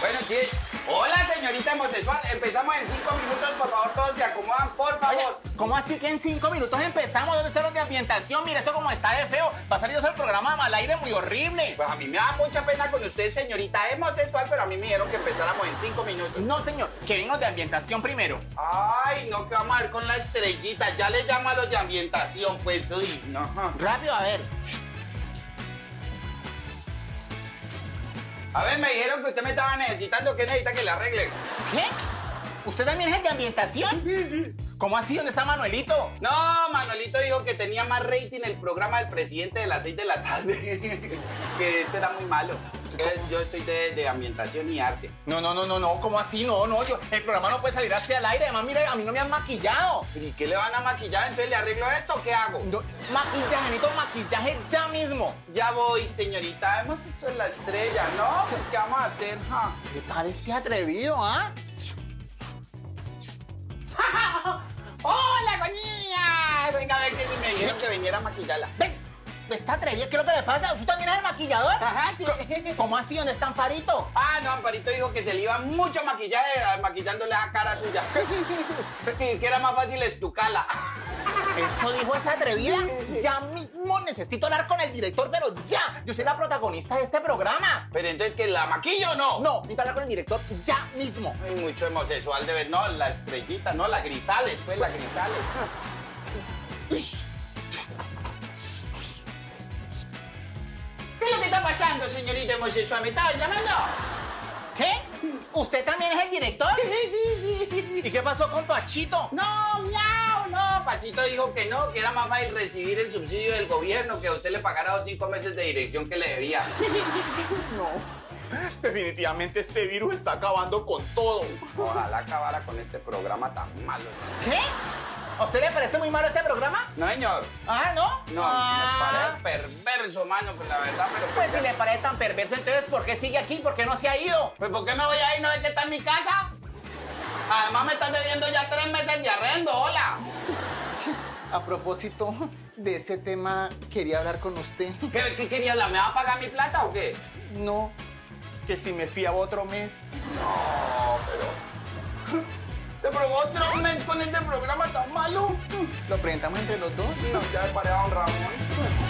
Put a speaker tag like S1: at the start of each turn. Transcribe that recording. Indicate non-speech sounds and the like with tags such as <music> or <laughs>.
S1: Bueno, sí. Hola, señorita homosexual. Empezamos en cinco minutos, por favor, todos se acomodan, por favor.
S2: ¿Cómo así que en cinco minutos empezamos? ¿Dónde están los de ambientación? Mira, esto como está de feo. Va a salir eso el programa al aire muy horrible.
S1: Pues a mí me da mucha pena con usted, señorita Es homosexual, pero a mí me dijeron que empezáramos en cinco minutos.
S2: No, señor, que vengan los de ambientación primero.
S1: Ay, no, que vamos a ver con la estrellita. Ya le llamo a los de ambientación, pues, uy, no.
S2: Rápido, a ver.
S1: A ver, me dijeron que usted me estaba necesitando. ¿Qué necesita que le arregle?
S2: ¿Qué? ¿Usted también es el de
S1: <laughs>
S2: ambientación? ¿Cómo así? ¿Dónde está Manuelito?
S1: No, Manuelito dijo que tenía más rating el programa del presidente de las 6 de la tarde. <laughs> que esto era muy malo. Entonces, Yo estoy de, de ambientación y arte.
S2: No, no, no, no, no, ¿cómo así? No, no, yo, el programa no puede salir así al aire. Además, mira, a mí no me han maquillado.
S1: ¿Y qué le van a maquillar? Entonces le arreglo esto, o ¿qué hago?
S2: No, maquillaje, necesito maquillaje ya mismo.
S1: Ya voy, señorita. Hemos hecho la estrella, ¿no? Pues, ¿qué vamos a hacer? ja? <laughs>
S2: ¿Qué tal este atrevido, ah?
S1: ¡Hola, coñía! Venga, a ver que me dijeron que viniera a maquillarla.
S2: Ven, está atrevido, ¿qué es lo que le pasa? ¿Usted también es el maquillador?
S1: Ajá, sí. <laughs>
S2: ¿Cómo así? ¿Dónde está Amparito?
S1: Ah, no, Amparito dijo que se le iba mucho maquillaje a- maquillándole la cara suya. <laughs> Y es que era más fácil estucarla. <laughs>
S2: Eso dijo esa atrevida. Ya mismo necesito hablar con el director, pero ya. Yo soy la protagonista de este programa.
S1: Pero entonces, ¿que la maquillo o no?
S2: No, necesito hablar con el director ya mismo.
S1: Hay mucho homosexual de ver. No, la estrellita, no, la grisales, pues, la grisales. ¿Qué es lo que está pasando, señorita homosexual? ¿Me estaba llamando?
S2: ¿Qué? ¿Usted también es el director? Sí, sí, sí. ¿Y qué pasó con Pachito?
S1: No, miau, no. Pachito dijo que no, que era más fácil recibir el subsidio del gobierno, que a usted le pagara los cinco meses de dirección que le debía.
S2: Definitivamente este virus está acabando con todo.
S1: Ojalá acabara con este programa tan malo.
S2: ¿Qué? ¿A usted le parece muy malo este programa?
S1: No, señor.
S2: Ah, ¿no?
S1: No,
S2: Ah,
S1: me parece perverso, mano, pues la verdad, pero...
S2: Pues si le parece tan perverso, entonces ¿por qué sigue aquí? ¿Por qué no se ha ido?
S1: Pues ¿por qué me voy a ir? ¿No es que está en mi casa? Además me están debiendo ya tres meses de arrendo, hola.
S2: A propósito de ese tema, quería hablar con usted.
S1: ¿Qué, qué quería hablar? ¿Me va a pagar mi plata o qué?
S2: No, que si me fiaba otro mes.
S1: No, pero... ¿Te probó otro mes con este programa tan malo?
S2: ¿Lo presentamos entre los dos?
S1: No, ya he pareado a un Ramón.